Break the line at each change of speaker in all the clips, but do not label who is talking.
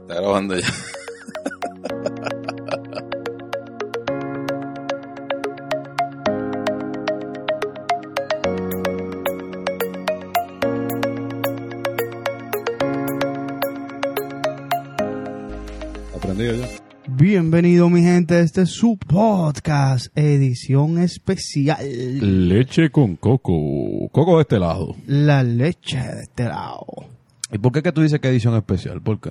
Está grabando ya.
Aprendido ya.
Bienvenido mi gente, este es su podcast, edición especial.
Leche con coco. Coco de este lado.
La leche de este lado.
¿Y por qué que tú dices que edición especial? ¿Por qué?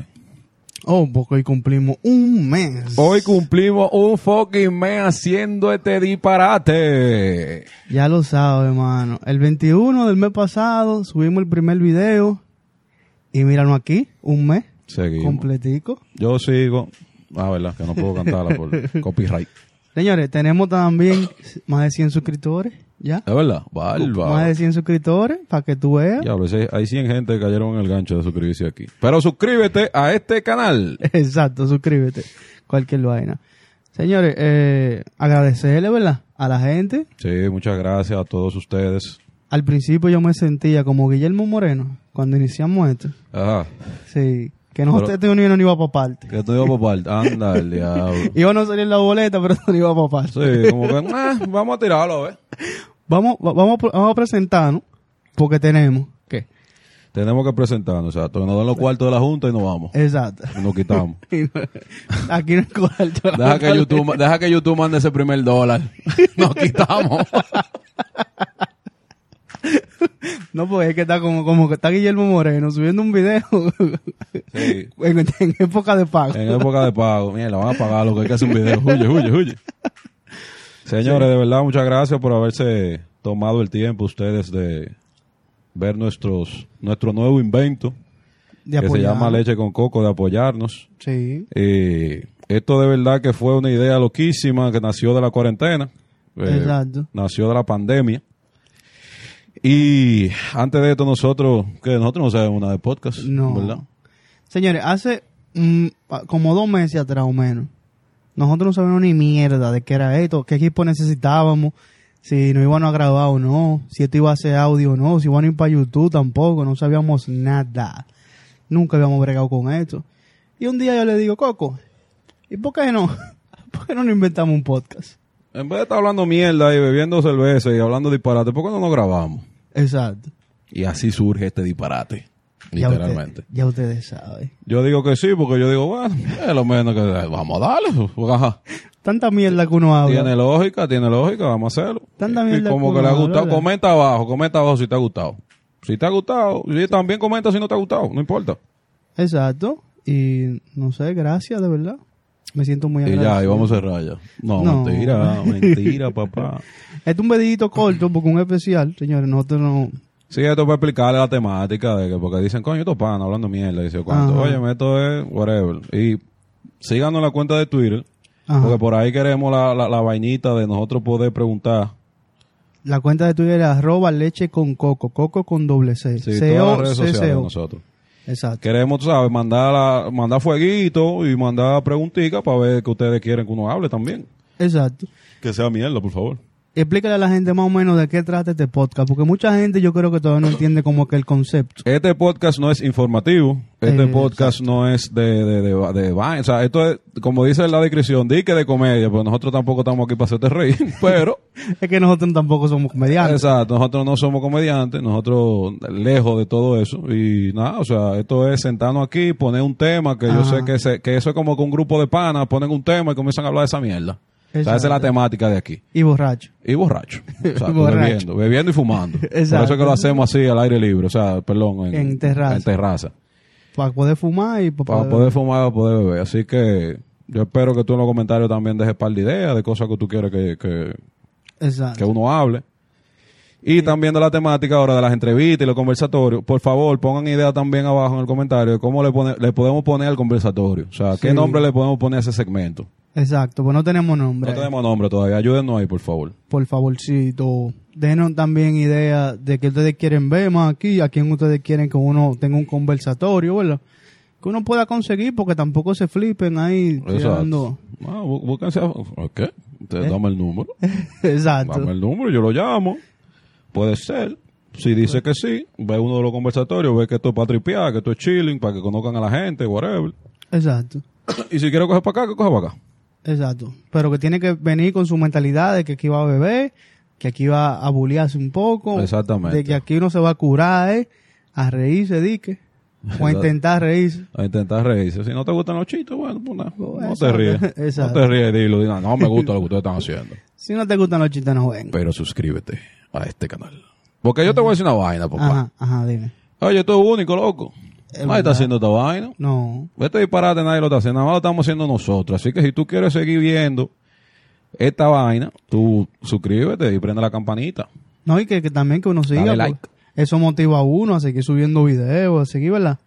Oh, porque hoy cumplimos un mes.
Hoy cumplimos un fucking mes haciendo este disparate.
Ya lo sabes, hermano. El 21 del mes pasado subimos el primer video. Y míralo aquí, un mes
Seguimos.
completico.
Yo sigo. Ah, verdad, que no puedo cantarla por copyright.
Señores, tenemos también más de 100 suscriptores, ¿ya?
¿Es verdad?
Más
Bárbaro.
de 100 suscriptores, para que tú veas.
Diablo, ese- hay 100 gente que cayeron en el gancho de suscribirse aquí. Pero suscríbete a este canal.
Exacto, suscríbete. Cualquier vaina. Señores, eh, agradecerle, ¿verdad? A la gente.
Sí, muchas gracias a todos ustedes.
Al principio yo me sentía como Guillermo Moreno cuando iniciamos esto.
Ajá.
Sí, que no,
Pero-
este unión no iba para parte.
Que te digo, papá. Anda, el diablo.
Iba a no salir la boleta, pero no iba para parte.
Sí, como que, "Ah, vamos a tirarlo, ¿ves?
Vamos, va- vamos, a pr- vamos a presentarnos porque tenemos. ¿Qué?
Tenemos que presentarnos, o sea, nos dan los cuartos de la junta y nos vamos.
Exacto.
Y nos quitamos.
Aquí no cuarto.
Deja que, YouTube, ma- deja que YouTube mande ese primer dólar. Nos quitamos.
No, pues es que está como, como que está Guillermo Moreno subiendo un video
Sí.
en, en época de pago.
En época de pago, mira, van a pagar lo que hay que hacer un video. Huye, huye, huye. Señores, de verdad, muchas gracias por haberse tomado el tiempo ustedes de ver nuestros nuestro nuevo invento
De
que se
apoyar.
llama Leche con Coco, de apoyarnos.
Sí.
Eh, esto de verdad que fue una idea loquísima que nació de la cuarentena. Eh,
Exacto.
Nació de la pandemia. Y antes de esto nosotros, que nosotros no sabemos nada de podcast,
No.
¿verdad?
Señores, hace mm, pa- como dos meses atrás o menos, nosotros no sabíamos ni mierda de qué era esto, qué equipo necesitábamos, si nos iban a grabar o no, si esto iba a ser audio o no, si iban a ir para YouTube tampoco, no sabíamos nada. Nunca habíamos bregado con esto. Y un día yo le digo, Coco, ¿y por qué no? ¿Por qué no nos inventamos un podcast?
En vez de estar hablando mierda y bebiendo cerveza y hablando disparate, ¿por qué no nos grabamos?
Exacto.
Y así surge este disparate,
Ya usted-
literalmente.
Ya ustedes saben.
Yo digo que sí, porque yo digo, bueno, es lo menos que vamos a darle. porque, ajá,
Tanta mierda que uno habla.
Tiene lógica, tiene lógica, vamos a hacerlo.
Tanta
y
mierda
como
con
que le ha
la
gustado,
verdad.
comenta abajo, comenta abajo si te ha gustado. Si te ha gustado, y también comenta si no te ha gustado, no importa.
Exacto. Y no sé, gracias, de verdad. Me siento muy
Y
agradecido.
ya, y vamos a cerrar ya. No,
No.
mentira, mentira, papá.
Este es un videito corto porque un especial, señores, nosotros no...
Sí, esto para explicarle la temática, de que porque dicen, coño, estos pan hablando mierda, dice, cuánto,
Ajá.
oye, esto es whatever. Y síganos en la cuenta de Twitter,
Ajá.
porque por ahí queremos la, la, la vainita de nosotros poder preguntar.
La cuenta de Twitter es arroba leche con coco, coco con doble C.
Sí, todas
C
las
O
redes
C
sociales de
C O.
nosotros.
Exacto.
queremos, tú ¿sabes? Mandar, la- mandar fueguito y mandar preguntitas para ver que ustedes quieren que uno hable también.
Exacto.
Que sea mierda, por favor.
Explícale a la gente más o menos de qué trata este podcast, porque mucha gente yo creo que todavía no entiende como que el concepto.
Este podcast no es informativo. Este
Eh,
podcast no es de, de, de, de vaina. O sea, esto es, como dice en la descripción, di que de comedia, pero nosotros tampoco estamos aquí para hacerte reír. Pero,
Es que nosotros tampoco somos comediantes.
exacto, nosotros no somos comediantes, nosotros lejos de todo eso. Y nada, o sea, esto es sentarnos aquí, poner un tema que yo sé
Ajá.
que, se- que eso es como que un grupo de panas ponen un tema y comienzan a hablar de esa mierda. O sea, esa es la
Exacto.
temática de aquí.
Y borracho.
Y borracho. O sea,
Borracho.
bebiendo, bebiendo y fumando. Por eso es que
Exacto.
lo hacemos así al aire libre, o sea, perdón, en,
En terraza.
en terraza.
Para poder fumar y para
Para
poder...
poder fumar, para poder beber. Así que yo espero que tú en los comentarios también dejes par de ideas de cosas que tú quieres que, que, que
Exacto.
uno hable. Y también de la temática ahora de las entrevistas y los conversatorios. Por favor, pongan ideas también abajo en el comentario de cómo le, pone- le podemos poner al conversatorio. O sea, qué
Sí.
nombre le podemos poner a ese segmento.
Exacto, pues no tenemos nombre.
No tenemos nombre todavía. Ayúdennos ahí, por favor.
por favorcito, denos también ideas de qué ustedes quieren ver más aquí, a quién ustedes quieren que uno tenga un conversatorio, ¿verdad? Que uno pueda conseguir porque tampoco se flipen ahí
Exacto.
tirando.
Ah, bú- búsquense a- ¿Qué? Te Dame el número. Dame
Exacto.
el número, yo lo llamo. Puede ser. Si dice que sí, ve uno de los conversatorios, ve que esto es para tripear, que esto es chilling, para que conozcan a la gente, whatever.
Exacto.
Y si quiero coger para acá, que coja para acá.
Exacto. Pero que tiene que venir con su mentalidad de que aquí va a beber, que aquí va a bullearse un poco.
Exactamente.
De que aquí uno se va a curar, eh, a reírse, dique. O a
Exacto.
intentar reírse.
A intentar reírse. Si no te gustan los chistes, bueno, pues nada. No te
Exacto.
ríes. No
Exacto.
te ríes, dilo. di, No, no me gusta lo que ustedes están haciendo.
Si no te gustan los chistes, no jueguen.
Pero suscríbete a este canal. Porque yo te voy a decir una vaina, papá.
Ajá, ajá, dime.
Oye, esto es único, loco.
Ah. Es
Nadie está
verdad.
haciendo esta vaina.
No.
Este disparate nadie lo está haciendo, nada más lo estamos haciendo nosotros. Así que si tú quieres seguir viendo esta vaina, tú suscríbete y prende la campanita.
No, y que, que también que uno siga.
Dale
porque
like.
Eso motiva a uno a seguir subiendo videos, a seguir, ¿verdad?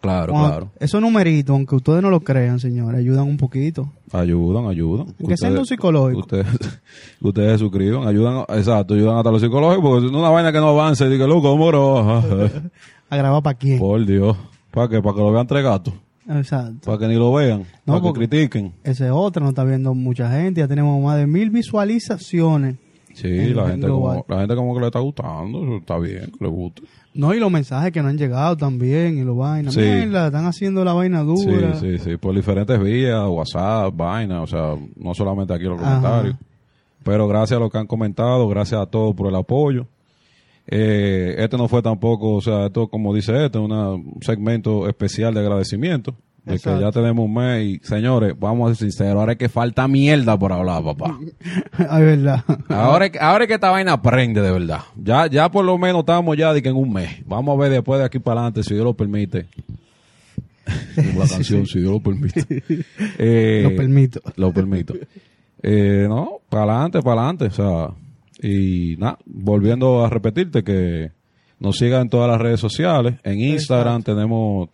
Claro,
Cuando-
claro.
Esos numeritos, aunque ustedes no lo crean, señores, ayudan un poquito.
Ayudan, ayudan.
Que sean los psicológicos.
Ustedes, ustedes se suscriban, ayudan, exacto, ayudan hasta los psicológicos, porque es una vaina que no avanza y diga, loco, ¿cómo no?
¿A grabar para quién?
Por Dios. ¿Para qué? Para que lo vean tres gatos.
Exacto.
Para que ni lo vean.
No,
para
porque-
que critiquen.
Ese es otro, no está viendo mucha gente. Ya tenemos más de mil visualizaciones.
Sí,
En
la gente,
global.
como, la gente como que le está gustando, eso está bien, que le guste.
No, y los mensajes que no han llegado también, y los vainas.
Sí.
Mierda, están haciendo la vaina dura.
Sí, sí, sí, por diferentes vías, WhatsApp, vaina, o sea, no solamente aquí los
Ajá.
comentarios. Pero gracias a los que han comentado, gracias a todos por el apoyo. Eh, este no fue tampoco, o sea, esto como dice este, una- un segmento especial de agradecimiento. De
Exacto.
que ya tenemos un mes y, señores, vamos a ser sinceros, ahora es que falta mierda por hablar, papá.
Ay, verdad.
Ahora es, que- ahora es que esta vaina aprende de verdad. Ya, ya por lo menos estamos ya de que en un mes. Vamos a ver después de aquí para adelante, si Dios lo permite. Como la canción, si Dios lo permite. Eh,
lo permito.
lo permito. Eh, no, para adelante, para adelante. O sea, y nada, volviendo a repetirte que nos sigan en todas las redes sociales. En Instagram tenemos.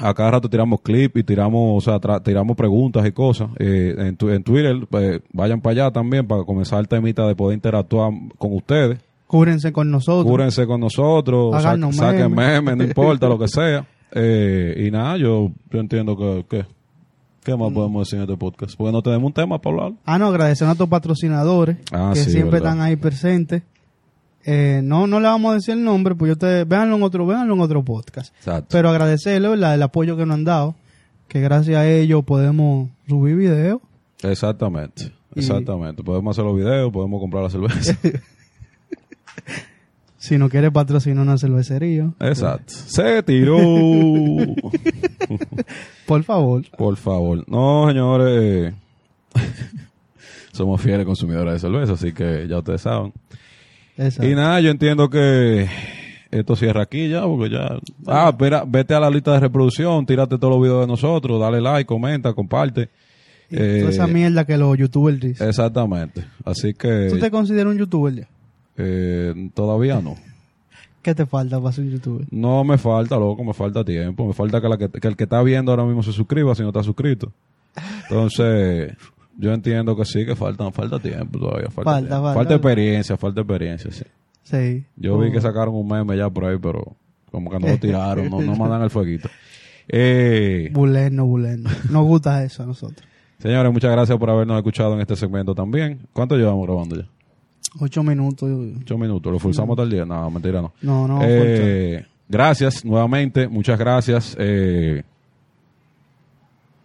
A cada rato tiramos clips y tiramos, o sea, tra- tiramos preguntas y cosas. Eh, en, tu- en Twitter, eh, vayan para allá también para comenzar el temita de poder interactuar con ustedes.
Cúbrense con nosotros.
Cúrense con nosotros, sa-
Háganos
saquen
memes.
memes, no importa lo que sea. Eh, y nada, yo, yo entiendo que, que- ¿Qué más podemos decir en este podcast? Porque no tenemos un tema para hablar.
Ah, no, agradecer a nuestros patrocinadores
Ah,
que
sí,
siempre
verdad.
están ahí presentes. Eh, no, no le vamos a decir el nombre, pues yo te véanlo en otro, véanlo en otro podcast.
Exacto.
Pero agradecerle ¿verdad? el apoyo que nos han dado, que gracias a ellos podemos subir videos.
Exactamente.
Y-
Exactamente. Podemos hacer los videos, podemos comprar la cerveza.
Si no quieres patrocinar una cervecería,
Exacto. Se tiró.
por favor.
Por favor. No, señores. Somos fieles consumidores de cerveza, así que ya ustedes saben.
Exacto.
Y nada, yo entiendo que esto cierra aquí ya, porque ya. Ah, espera, vete a la lista de reproducción, tírate todos los videos de nosotros, dale like, comenta, comparte.
Y
Eh, eh,
toda esa mierda que los youtubers dicen.
exactamente. Así
¿Tú te
que
consideras un youtuber ya?
eh, todavía no.
¿Qué te falta para ser un youtuber?
No me falta, loco, me falta tiempo. Me falta que, la que, que el que está viendo ahora mismo se suscriba si no está suscrito. Entonces, yo entiendo que sí, que falta, falta tiempo todavía. Falta,
Falta,
tiempo.
falta.
Falta experiencia, falta experiencia, sí.
Sí.
Yo vi
Oh.
que sacaron un meme ya por ahí, pero como que no lo tiraron, no, no mandan el fueguito. Eh,
Buleno, buleno. Nos gusta eso a nosotros.
señores, muchas gracias por habernos escuchado en este segmento también. ¿Cuánto llevamos grabando ya?
Ocho minutos.
Ocho minutos, lo forzamos hasta el día. No, mentira, no.
No, no,
Eh, gracias nuevamente, muchas gracias. Eh,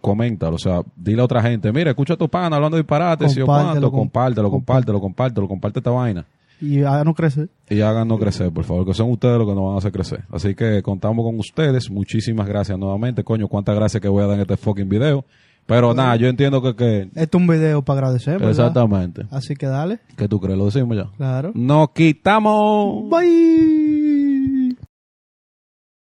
coméntalo, o sea, dile a otra gente, mira, escucha a tu pana hablando de disparates, si yo
Compártelo,
cuánto,
com-
compártelo, compártelo, compártelo, comparte esta vaina.
Y ahora no crece.
y háganos crecer, por favor, que son ustedes los que nos van a hacer crecer. Así que contamos con ustedes. Muchísimas gracias nuevamente. Coño, cuántas gracias que voy a dar en este fucking video. Pero nada, yo entiendo que... que
Esto Este es un video para agradecer, ¿verdad?
exactamente.
Así que dale,
¿Qué tú crees? Lo decimos ya.
claro.
Nos quitamos.
Bye.